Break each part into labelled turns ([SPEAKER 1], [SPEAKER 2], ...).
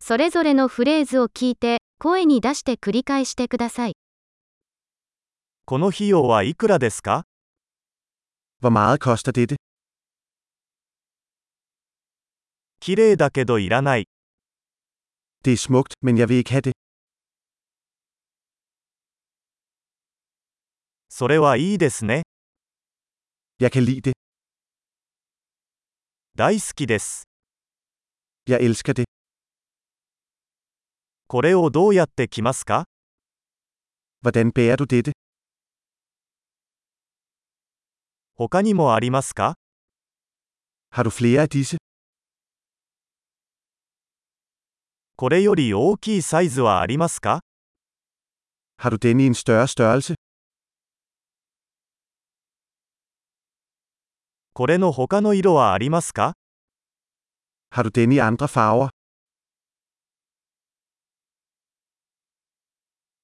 [SPEAKER 1] それぞれのフレーズを聞いて、声に出して繰り返してください。
[SPEAKER 2] この費用はいくらですか
[SPEAKER 3] Hvor meget koster dette?
[SPEAKER 2] 綺麗だけどいらない。
[SPEAKER 3] Det er smukt, men jeg vil ikke have det.
[SPEAKER 2] それはいいですね。
[SPEAKER 3] Jeg kan lide det.
[SPEAKER 2] 大好きです。
[SPEAKER 3] Jeg elsker det.
[SPEAKER 2] これをどうやって着ますか
[SPEAKER 3] Hvordan bærer du dette?
[SPEAKER 2] 他にもありますか
[SPEAKER 3] Har du flere af disse?
[SPEAKER 2] これより大きいサイズはありますか
[SPEAKER 3] Har du denne i en større størrelse?
[SPEAKER 2] これの他の色はありますか
[SPEAKER 3] Har du denne i andre farver?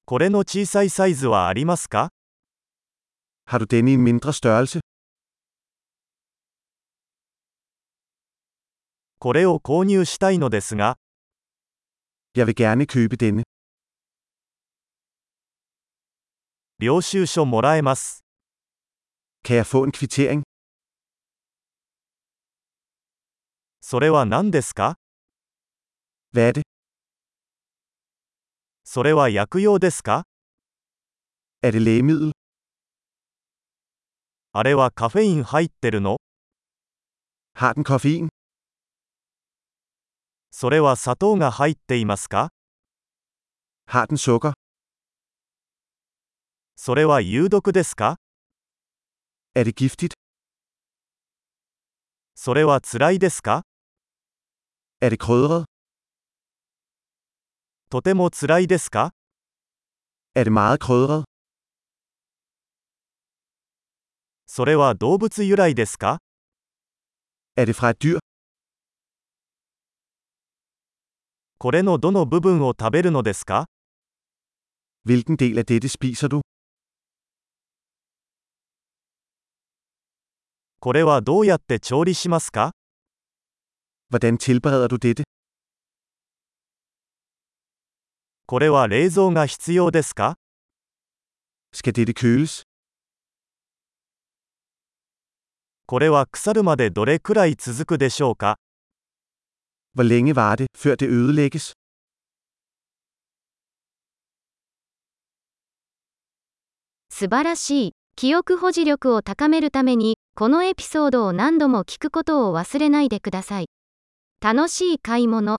[SPEAKER 2] これの小さいサイズはありますか
[SPEAKER 3] Har du denne i en mindre størrelse?
[SPEAKER 2] これを購入したいのですが、
[SPEAKER 3] Jeg vil gerne købe denne.
[SPEAKER 2] 領収書もらえます。
[SPEAKER 3] Kan jeg få en kvittering?
[SPEAKER 2] それは何ですか
[SPEAKER 3] Hvad er det?
[SPEAKER 2] それは薬用ですか
[SPEAKER 3] Er det lægemiddel?
[SPEAKER 2] あれはカフェイン入ってるの
[SPEAKER 3] Har den koffein?
[SPEAKER 2] それは砂糖が入っていますか
[SPEAKER 3] Har den sukker?
[SPEAKER 2] それは有毒ですか
[SPEAKER 3] Er det giftigt?
[SPEAKER 2] それは辛いですか
[SPEAKER 3] Er det krydret?
[SPEAKER 2] とても辛いですか
[SPEAKER 3] Er det meget krydret?
[SPEAKER 2] それは動物由来ですか
[SPEAKER 3] Er det fra et dyr?
[SPEAKER 2] これのどの部分を食べるのですか
[SPEAKER 3] Hvilken del af dette spiser du?
[SPEAKER 2] これはどうやって調理しますか
[SPEAKER 3] Hvordan tilbereder du dette?
[SPEAKER 2] これは冷蔵が必要ですか
[SPEAKER 3] Skal dette køles?
[SPEAKER 2] これは腐るまでどれくらい続くでしょうか
[SPEAKER 3] Hvor længe var det, før det ødelægges?
[SPEAKER 1] 素晴らしい。記憶保持力を高めるために、このエピソードを何度も聞くことを忘れないでください。楽しい買い物。